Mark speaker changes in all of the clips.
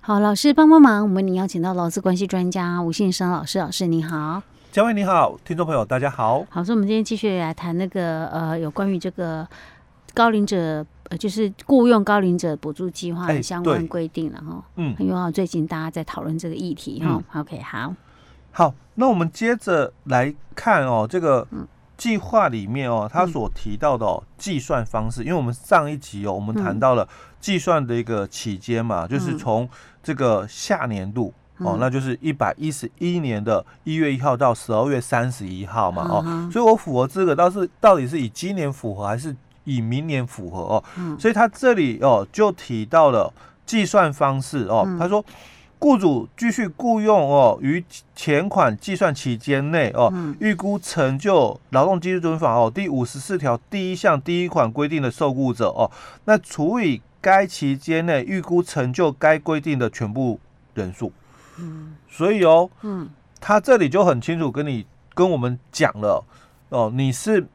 Speaker 1: 好，老师帮帮忙，我们为您邀请到劳资关系专家吴信生老师，老师你好。
Speaker 2: 嘉惠你好，听众朋友大家好。
Speaker 1: 好，所以我们今天继续来谈那个呃，有关于这个高龄者呃，就是雇佣高龄者补助计划的
Speaker 2: 哎
Speaker 1: 相关
Speaker 2: 对
Speaker 1: 规定了哈。
Speaker 2: 嗯，
Speaker 1: 因为啊最近大家在讨论这个议题哈。OK，好，
Speaker 2: 好，那我们接着来看哦，这个
Speaker 1: 嗯
Speaker 2: 计划里面哦，它所提到的哦计算方式，因为我们上一集哦，我们谈
Speaker 1: 嗯
Speaker 2: 到了计算的一个期间嘛，就是从这个下年度。哦
Speaker 1: 嗯，
Speaker 2: 那就是一百一十一年的一月一号到十二月三十一号嘛，哦，
Speaker 1: 嗯哼
Speaker 2: 所以我符合资格，倒是到底是以今年符合还是以明年符合哦？所以他这里哦就提到了计算方式哦，他说。雇主继续雇佣哦，于前款计算期间内哦，预估成就《劳动基准法》哦第五十四条第一项第一款规定的受雇者哦，那除以该期间内预估成就该规定的全部人数。嗯，所以哦，
Speaker 1: 嗯
Speaker 2: 他这里就很清楚跟你跟我们讲了哦，你是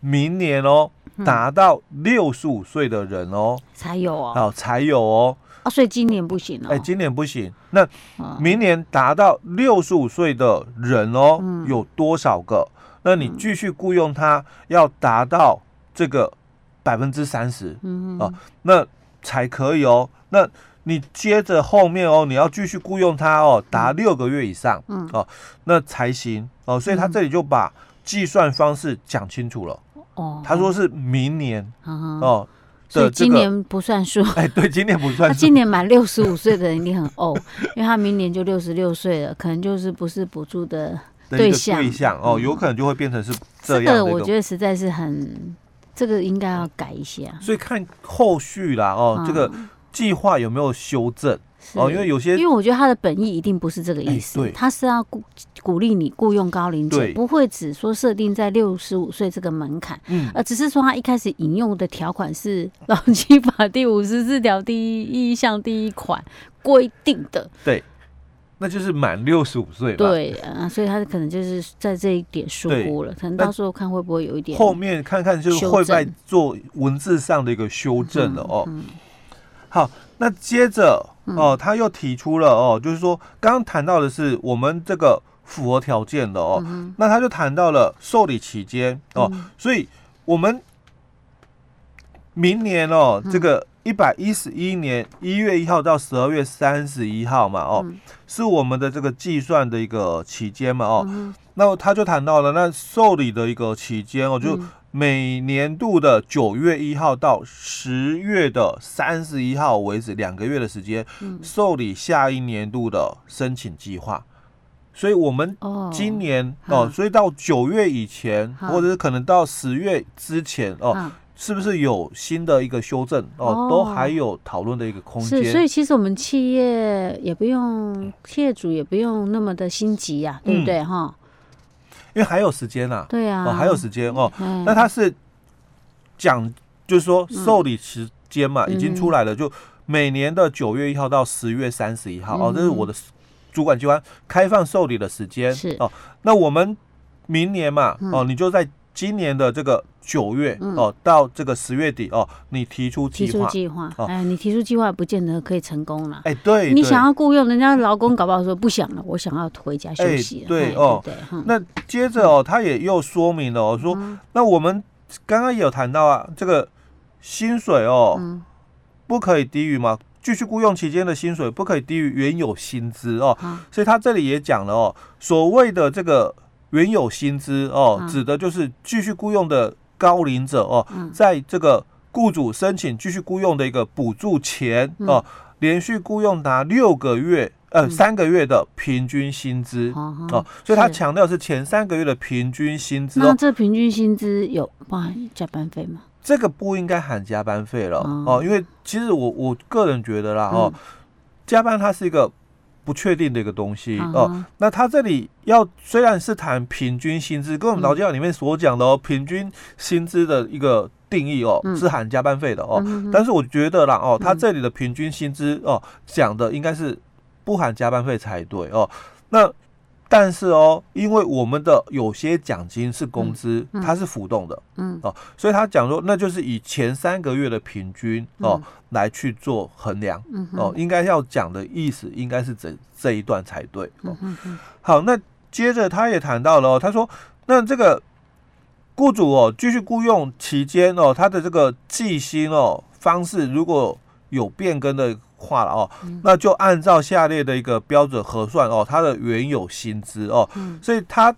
Speaker 2: 明年哦
Speaker 1: 嗯
Speaker 2: 达到六十五岁的人哦，
Speaker 1: 才有哦。
Speaker 2: 哦才有哦，
Speaker 1: 啊，所以今年不行了、哦。
Speaker 2: 哎，今年不行，那
Speaker 1: 哦
Speaker 2: 明年达到六十五岁的人哦，
Speaker 1: 嗯
Speaker 2: 有多少个？那你继续雇佣他，要达到这个百分之三十，
Speaker 1: 嗯
Speaker 2: 哦，那才可以哦。那你接着后面哦，你要继续雇佣他哦，达六个月以上，
Speaker 1: 嗯
Speaker 2: 哦，那才行哦。所以他这里就把计算方式讲清楚了。
Speaker 1: 哦，
Speaker 2: 他说是明年
Speaker 1: 嗯哼
Speaker 2: 哦
Speaker 1: 所以
Speaker 2: 的这
Speaker 1: 今
Speaker 2: 个，
Speaker 1: 年不算数。
Speaker 2: 哎，对，今年不
Speaker 1: 他
Speaker 2: 算数
Speaker 1: 今年满六十五岁的人一定很呕，因为他明年就六十六岁了，可能就是不是补助的。
Speaker 2: 的一
Speaker 1: 对
Speaker 2: 个
Speaker 1: 象
Speaker 2: 对象哦，
Speaker 1: 嗯
Speaker 2: 有可能就会变成是这
Speaker 1: 这
Speaker 2: 样
Speaker 1: 个
Speaker 2: 的一
Speaker 1: 我
Speaker 2: 个
Speaker 1: 觉得实在是很，这个应该要改一下。
Speaker 2: 所以看后续啦，哦，这个计划有没有修正
Speaker 1: 嗯是
Speaker 2: 哦？因为有些
Speaker 1: 因为我觉得他的本意一定不是这个意
Speaker 2: 哎
Speaker 1: 思，
Speaker 2: 对
Speaker 1: 他是要鼓鼓励你雇佣高龄者，
Speaker 2: 对
Speaker 1: 不会只说设定在六十五岁这个门槛，
Speaker 2: 嗯
Speaker 1: 呃，只是说他一开始引用的条款是《劳基法》第五十四条第一一项第一款规定的，
Speaker 2: 那就是满六十五岁吧。
Speaker 1: 对啊、呃所以他可能就是在这一点疏忽了，可能
Speaker 2: 那
Speaker 1: 到时候看会不会有一点
Speaker 2: 后面看看就是会不会做文字上的一个修正了哦。好，那接着哦，他又提出了哦，就是说刚刚谈到的是我们这个符合条件的哦，那他就谈到了受理期间哦，
Speaker 1: 嗯
Speaker 2: 所以我们明年哦，这个一百一十一年一月一号到十二月三十一号嘛哦，是我们的这个计算的一个期间嘛哦，那他就谈到了那受理的一个期间哦，就每年度的九月一号到十月的三十一号为止，两个月的时间受理下一年度的申请计划。所以我们
Speaker 1: 哦，
Speaker 2: 今年
Speaker 1: 哈
Speaker 2: 哦，所以到九月以前，
Speaker 1: 哈
Speaker 2: 或者是可能到十月之前哦，
Speaker 1: 啊
Speaker 2: 是不是有新的一个修正
Speaker 1: 哦
Speaker 2: 哦，都还有讨论的一个空
Speaker 1: 是，所
Speaker 2: 间。
Speaker 1: 以其实我们企业也不用，企业主也不用那么的心急呀、对不
Speaker 2: 嗯
Speaker 1: 对哈？
Speaker 2: 因为还有时间呐，
Speaker 1: 对啊，
Speaker 2: 哦，还有时间哦，
Speaker 1: 哎，
Speaker 2: 那他是讲，就是说受理时间嘛，
Speaker 1: 嗯
Speaker 2: 已经出来了，就每年的九月一号到十月三十一号、
Speaker 1: 嗯
Speaker 2: 哦，这是我的主管机关开放受理的时间
Speaker 1: 是嗯
Speaker 2: 哦。那我们明年嘛，哦，你就在今年的这个九月、哦到这个十月底哦，你提出
Speaker 1: 提
Speaker 2: 计
Speaker 1: 出
Speaker 2: 划，
Speaker 1: 计划，
Speaker 2: 哦
Speaker 1: 哎，你提出计划不见得可以成功了。
Speaker 2: 哎，对，
Speaker 1: 你
Speaker 2: 对
Speaker 1: 想要雇佣人家劳工，搞不好说不想了，我想要回家休
Speaker 2: 哎
Speaker 1: 息了。
Speaker 2: 对
Speaker 1: 哎
Speaker 2: 哦
Speaker 1: 对不对哈
Speaker 2: 那接着哦，他也又说明了哦，说、
Speaker 1: 嗯
Speaker 2: 那我们刚刚也有谈到啊，这个薪水哦，
Speaker 1: 嗯
Speaker 2: 不可以低于嘛，继续雇佣期间的薪水不可以低于原有薪资哦，
Speaker 1: 啊
Speaker 2: 所以他这里也讲了哦，所谓的这个原有薪资哦，
Speaker 1: 嗯
Speaker 2: 指的就是继续雇佣的高龄者哦，在这个雇主申请继续雇佣的一个补助前
Speaker 1: 嗯
Speaker 2: 哦，连续雇佣达六个月呃三个月的平均薪资
Speaker 1: 哦
Speaker 2: 哦，所以他
Speaker 1: 是
Speaker 2: 强调是前三个月的平均薪资
Speaker 1: 那
Speaker 2: 哦，
Speaker 1: 这平均薪资有包含加班费吗？
Speaker 2: 这个不应该喊加班费了
Speaker 1: 哦嗯
Speaker 2: 哦，因为其实我我个人觉得啦哦，加班它是一个不确定的一个东西
Speaker 1: 啊
Speaker 2: 哦，
Speaker 1: 哈，
Speaker 2: 那他这里要虽然是谈平均薪资，跟我们劳教里面所讲的哦，平均薪资的一个定义哦，
Speaker 1: 嗯
Speaker 2: 是含加班费的哦。
Speaker 1: 嗯
Speaker 2: 但是我觉得啦
Speaker 1: 嗯
Speaker 2: 哦，他这里的平均薪资哦讲的应该是不含加班费才对哦。那但是哦，因为我们的有些奖金是工资，
Speaker 1: 嗯嗯
Speaker 2: 它是浮动的
Speaker 1: 嗯
Speaker 2: 哦，所以他讲说，那就是以前三个月的平均哦来去做衡量
Speaker 1: 嗯哼
Speaker 2: 哦，应该要讲的意思应该是这这一段才对哦
Speaker 1: 嗯。哼嗯
Speaker 2: 好，那接着他也谈到了哦，他说，那这个雇主哦继续雇佣期间哦，他的这个计薪哦方式如果有变更的话了哦，
Speaker 1: 嗯
Speaker 2: 那就按照下列的一个标准核算哦，他的原有薪资哦，
Speaker 1: 嗯
Speaker 2: 所以他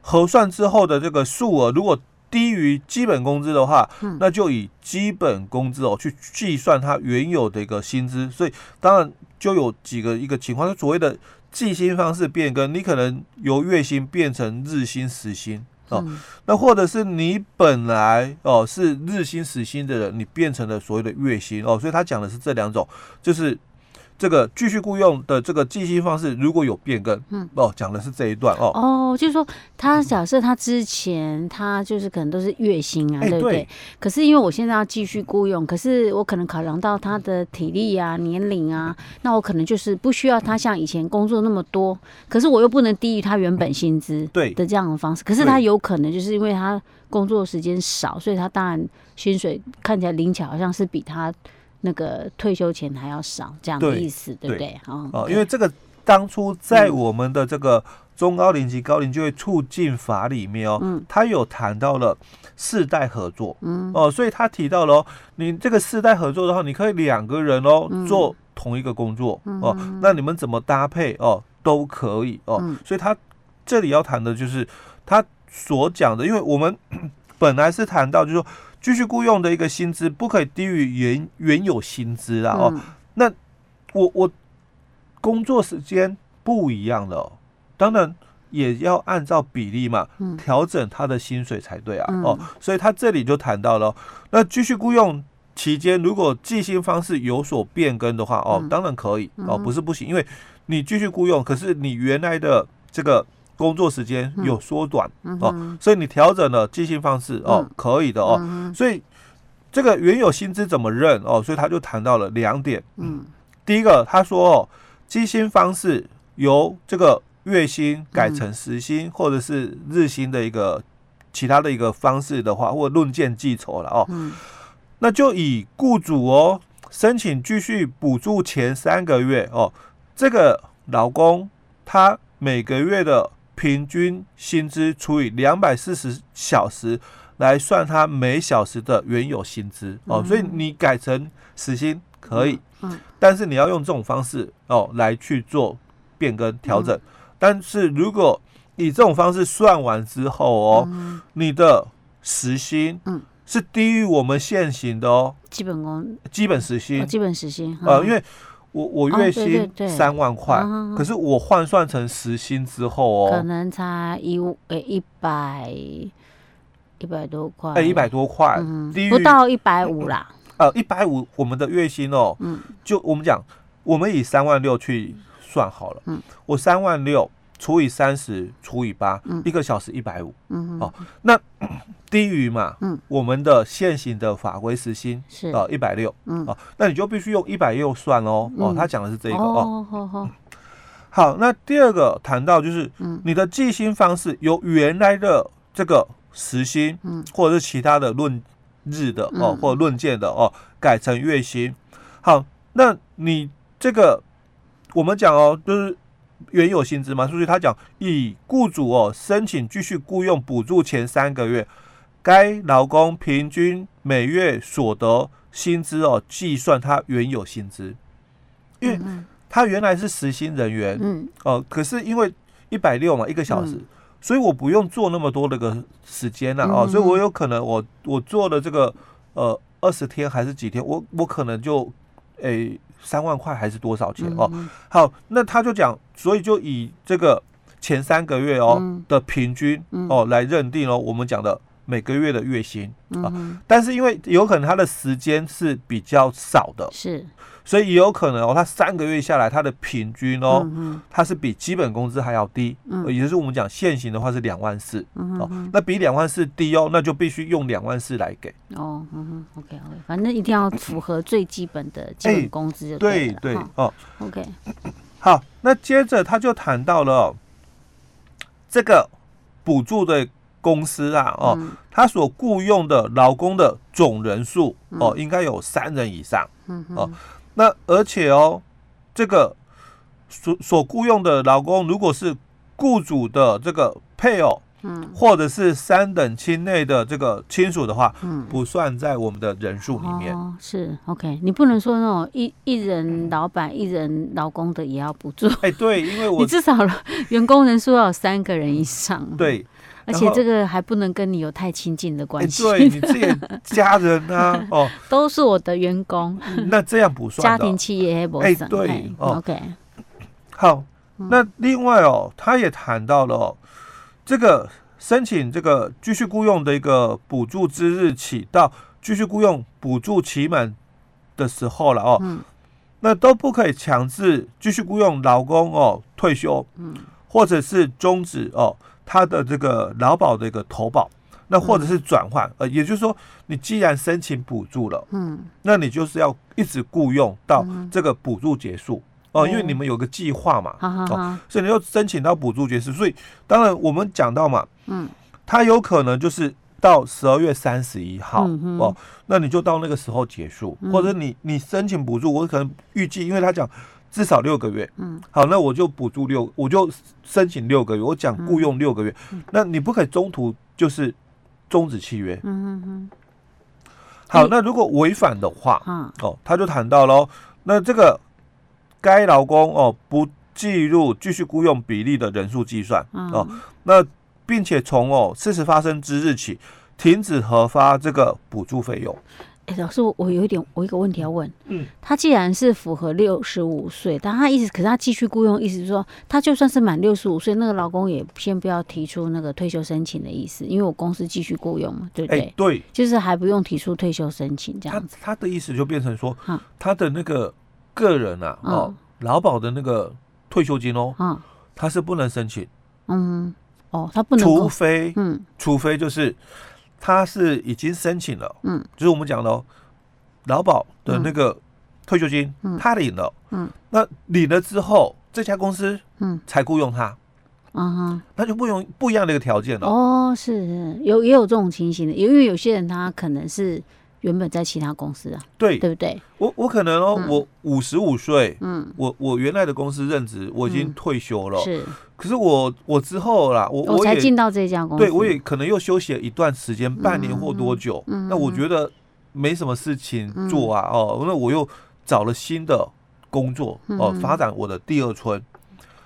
Speaker 2: 核算之后的这个数额如果低于基本工资的话，
Speaker 1: 嗯
Speaker 2: 那就以基本工资哦去计算他原有的一个薪资，所以当然就有几个一个情况，就所谓的计薪方式变更，你可能由月薪变成日薪、时薪哦，
Speaker 1: 嗯
Speaker 2: 那或者是你本来哦是日薪、时薪的人，你变成了所谓的月薪哦，所以他讲的是这两种，就是这个继续雇佣的这个计薪方式如果有变更，
Speaker 1: 嗯
Speaker 2: 哦，讲的是这一段哦，
Speaker 1: 哦，就是说他假设他之前他就是可能都是月薪啊，
Speaker 2: 哎
Speaker 1: 对不对
Speaker 2: 对？
Speaker 1: 可是因为我现在要继续雇佣，可是我可能考量到他的体力啊、年龄啊，那我可能就是不需要他像以前工作那么多，可是我又不能低于他原本薪资
Speaker 2: 对
Speaker 1: 的这样的方式。可是他有可能就是因为他工作时间少，所以他当然薪水看起来领起来好像是比他。那个退休前还要少，这样的
Speaker 2: 对
Speaker 1: 意思，对不
Speaker 2: 对
Speaker 1: 对？哦
Speaker 2: 哦，
Speaker 1: 对
Speaker 2: 因为这个当初在
Speaker 1: 嗯
Speaker 2: 我们的这个中高龄及高龄就业促进法里面哦，
Speaker 1: 嗯
Speaker 2: 他有谈到了世代合作，
Speaker 1: 嗯
Speaker 2: 哦，所以他提到了哦，你这个世代合作的话，你可以两个人哦、
Speaker 1: 嗯
Speaker 2: 做同一个工作哦
Speaker 1: 嗯，
Speaker 2: 那你们怎么搭配哦都可以哦，
Speaker 1: 嗯
Speaker 2: 所以他这里要谈的就是他所讲的，因为我们 本来是谈到就是说继续雇佣的一个薪资不可以低于原原有薪资啦哦，
Speaker 1: 嗯
Speaker 2: 我我工作时间不一样了哦、当然也要按照比例嘛
Speaker 1: 嗯，
Speaker 2: 调整他的薪水才对啊。
Speaker 1: 嗯
Speaker 2: 哦，所以他这里就谈到了哦，那继续雇佣期间，如果计薪方式有所变更的话，哦，
Speaker 1: 嗯
Speaker 2: 当然可以
Speaker 1: 嗯
Speaker 2: 哦，
Speaker 1: 哼
Speaker 2: 不是不行，因为你继续雇佣，可是你原来的这个工作时间
Speaker 1: 嗯
Speaker 2: 有缩短，
Speaker 1: 嗯
Speaker 2: 哦
Speaker 1: 哼
Speaker 2: 所以你调整了计薪方式，哦
Speaker 1: 嗯，
Speaker 2: 可以的哦。
Speaker 1: 嗯哼
Speaker 2: 所以这个原有薪资怎么认哦？所以他就谈到了两点。
Speaker 1: 嗯
Speaker 2: 第一个，他说哦，基薪方式由这个月薪改成时
Speaker 1: 嗯
Speaker 2: 薪、或者是日薪的一个其他的一个方式的话，或论件计酬了哦，
Speaker 1: 嗯
Speaker 2: 那就以雇主哦申请继续补助前三个月哦，这个劳工他每个月的平均薪资除以两百四十小时来算他每小时的原有薪资哦，所以
Speaker 1: 嗯
Speaker 2: 你改成时薪可以。
Speaker 1: 嗯
Speaker 2: 但是你要用这种方式哦来去做变更调
Speaker 1: 嗯
Speaker 2: 整。但是如果以这种方式算完之后哦，
Speaker 1: 嗯
Speaker 2: 你的时薪
Speaker 1: 嗯
Speaker 2: 是低于我们现行的哦，
Speaker 1: 基本工
Speaker 2: 基本时薪
Speaker 1: 哦，基本时薪
Speaker 2: 嗯呃，因
Speaker 1: 为
Speaker 2: 为我我
Speaker 1: 哦对
Speaker 2: 月
Speaker 1: 对
Speaker 2: 薪
Speaker 1: 对
Speaker 2: 三万块，
Speaker 1: 嗯
Speaker 2: 可是我换算成时薪之后
Speaker 1: 可
Speaker 2: 哦，
Speaker 1: 能才一五诶一百一百多块，
Speaker 2: 哎，一百多块，
Speaker 1: 嗯
Speaker 2: 低于
Speaker 1: 不到一百五啦，
Speaker 2: 呃一百五，150我们的月薪哦，
Speaker 1: 嗯
Speaker 2: 就我们讲，我们以三万六去算好了，
Speaker 1: 嗯
Speaker 2: 我三万六除以三十除以八、
Speaker 1: 嗯
Speaker 2: 一个小时一百五，
Speaker 1: 嗯
Speaker 2: 哦低于嘛，
Speaker 1: 嗯
Speaker 2: 我们的现行的法规时薪
Speaker 1: 是
Speaker 2: 呃一百六
Speaker 1: 嗯
Speaker 2: 哦，那你就必须用一百六算哦，哦
Speaker 1: 嗯，
Speaker 2: 他讲的是这个哦。
Speaker 1: 哦好好
Speaker 2: 好，那第二个谈到就是
Speaker 1: 嗯
Speaker 2: 你的计薪方式由原来的这个时薪，
Speaker 1: 嗯
Speaker 2: 或者是其他的论日的哦
Speaker 1: 嗯，
Speaker 2: 或论件的哦，改成月薪。好，那你这个我们讲哦，就是原有薪资嘛，所以他讲以雇主哦申请继续雇佣补助前三个月，该劳工平均每月所得薪资哦计算他原有薪资，因为
Speaker 1: 嗯
Speaker 2: 他原来是实薪人员
Speaker 1: 嗯
Speaker 2: 哦、可是因为一百六嘛，一个小时。
Speaker 1: 嗯
Speaker 2: 所以我不用做那么多那个时间了、哦，
Speaker 1: 嗯
Speaker 2: 所以我有可能我我做了这个呃二十天还是几天，我我可能就诶三万块还是多少钱哦。
Speaker 1: 嗯
Speaker 2: 好，那他就讲，所以就以这个前三个月哦、
Speaker 1: 嗯
Speaker 2: 的平均
Speaker 1: 嗯
Speaker 2: 哦来认定哦，我们讲的每个月的月薪。
Speaker 1: 嗯嗯
Speaker 2: 但是因为有可能他的时间是比较少的，
Speaker 1: 是
Speaker 2: 所以也有可能哦，他三个月下来他的平均哦。
Speaker 1: 嗯
Speaker 2: 它是比基本工资还要低，
Speaker 1: 嗯
Speaker 2: 呃也就是我们讲现行的话是两万四、
Speaker 1: 嗯
Speaker 2: 哦，那比两万四低哦，那就必须用两万四来给。
Speaker 1: 哦嗯 OK OK，反正一定要符合最基本的基本工资就
Speaker 2: 哎对
Speaker 1: 了
Speaker 2: 对
Speaker 1: 哈
Speaker 2: 哦，
Speaker 1: OK
Speaker 2: 好，那接着他就谈到了哦这个补助的公司啊，哦，
Speaker 1: 嗯
Speaker 2: 他所雇佣的劳工的总人数
Speaker 1: 嗯
Speaker 2: 哦，应该有三人以上哦。那而且哦，这个所所雇佣的劳工，如果是雇主的这个配偶，嗯，或者是三等亲内的这个亲属的话，嗯，不算在我们的人数里面。
Speaker 1: 哦，是 OK，你不能说那种一一人老板、一人劳工的也要补助，
Speaker 2: 哎，对，因为
Speaker 1: 你
Speaker 2: 我
Speaker 1: 至少员工人数要有三个人以上。，
Speaker 2: 对，
Speaker 1: 而
Speaker 2: 然
Speaker 1: 且
Speaker 2: 后
Speaker 1: 这个还不能跟你有太亲近的
Speaker 2: 哎，
Speaker 1: 关系，
Speaker 2: 对 你自己的家人啊，哦，
Speaker 1: 都是我的员工，
Speaker 2: 那这样不
Speaker 1: 嗯家
Speaker 2: 算的
Speaker 1: 庭
Speaker 2: 哦。
Speaker 1: 企业黑不
Speaker 2: 哎
Speaker 1: 算
Speaker 2: 对
Speaker 1: 嘿
Speaker 2: 哦
Speaker 1: ，OK，
Speaker 2: 好，那另外哦，他也谈到了哦，这个申请这个继续雇佣的一个补助之日起到继续雇佣补助期满的时候了哦，
Speaker 1: 嗯
Speaker 2: 那都不可以强制继续雇佣劳工哦退休，或者是终止哦他的这个劳保的一个投保。那或者是转换，呃，也就是说，你既然申请补助了，
Speaker 1: 嗯，
Speaker 2: 那你就是要一直雇佣到这个补助结束哦、因为
Speaker 1: 哦
Speaker 2: 你们有个计划嘛，
Speaker 1: 好好
Speaker 2: 哦
Speaker 1: 好，
Speaker 2: 所以你要申请到补助结束。所以当然我们讲到嘛，
Speaker 1: 嗯，
Speaker 2: 它有可能就是到十二月三十一号、
Speaker 1: 嗯哼
Speaker 2: 哦，那你就到那个时候结束，
Speaker 1: 嗯
Speaker 2: 或者你你申请补助，我可能预计，因为他讲至少六个月，
Speaker 1: 嗯，
Speaker 2: 好，那我就补助六，我就申请六个月，我讲
Speaker 1: 嗯
Speaker 2: 雇佣六个月，那你不可以中途就是终止契约。
Speaker 1: 嗯嗯
Speaker 2: 好，
Speaker 1: 哎
Speaker 2: 那如果违反的话，
Speaker 1: 嗯，啊，
Speaker 2: 哦，他就谈到喽，那这个该劳工哦不计入继续雇佣比例的人数计算
Speaker 1: 嗯
Speaker 2: 哦，那并且从哦事实发生之日起停止核发这个补助费用。
Speaker 1: 哎、老师，我我有一点，我有一个问题要问。
Speaker 2: 嗯，
Speaker 1: 他既然是符合六十五岁，但他意思，可是他继续雇佣，意思是说，他就算是满六十五岁，那个劳工也先不要提出那个退休申请的意思，因为我公司继续雇佣嘛，对不
Speaker 2: 哎、
Speaker 1: 对？
Speaker 2: 对
Speaker 1: 就是还不用提出退休申请这
Speaker 2: 他
Speaker 1: 样子。
Speaker 2: 他的意思就变成说
Speaker 1: 嗯，
Speaker 2: 他的那个个人啊哦，劳保的那个退休金哦，
Speaker 1: 啊，
Speaker 2: 他是不能申请，
Speaker 1: 嗯，哦，他不能
Speaker 2: 除
Speaker 1: 够，
Speaker 2: 非
Speaker 1: 嗯
Speaker 2: 除非就是他是已经申请了，
Speaker 1: 嗯，
Speaker 2: 就是我们讲喽，劳保的那个退休金，
Speaker 1: 嗯
Speaker 2: 他领了，
Speaker 1: 嗯，
Speaker 2: 那领了之后，这家公司
Speaker 1: 嗯
Speaker 2: 才雇佣他，
Speaker 1: 啊
Speaker 2: 那就不用不一样的一个条件
Speaker 1: 哈，
Speaker 2: 了。
Speaker 1: 哦，是是有也有这种情形的，因为有些人他可能是原本在其他公司啊，
Speaker 2: 对
Speaker 1: 对不对？
Speaker 2: 我，我可能哦，
Speaker 1: 嗯
Speaker 2: 我五十五岁，
Speaker 1: 嗯，
Speaker 2: 我我原来的公司任职，我已经
Speaker 1: 嗯
Speaker 2: 退休了，
Speaker 1: 是，
Speaker 2: 可是我我之后啦，我
Speaker 1: 我才
Speaker 2: 也
Speaker 1: 进到这家公司，
Speaker 2: 对我也可能又休息了一段时间，半年或多久，
Speaker 1: 嗯
Speaker 2: 那我
Speaker 1: 嗯
Speaker 2: 觉得没什么事情做啊，哦，那我又找了新的工作哦、
Speaker 1: 嗯
Speaker 2: 发展我的第二春。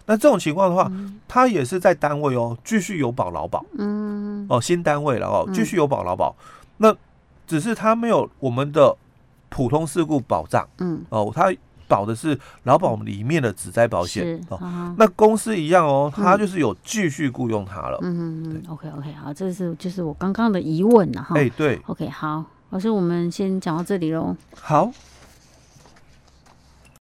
Speaker 2: 那这种情况的话，
Speaker 1: 嗯
Speaker 2: 他也是在单位哦，继续有保劳保
Speaker 1: 嗯。
Speaker 2: 哦，新单位了哦，
Speaker 1: 嗯
Speaker 2: 继续有保劳保。那只是他没有我们的普通事故保障
Speaker 1: 嗯，
Speaker 2: 哦，他保的是劳保里面的只灾保险
Speaker 1: 是
Speaker 2: 哦。
Speaker 1: 啊
Speaker 2: 那公司一样哦，他
Speaker 1: 嗯
Speaker 2: 就是有继续雇佣他了。
Speaker 1: 嗯嗯嗯，OK OK，好，这是就是我刚刚的疑问了哈。
Speaker 2: 哎、对，
Speaker 1: OK，好，老师，我们先讲到这里喽。
Speaker 2: 好，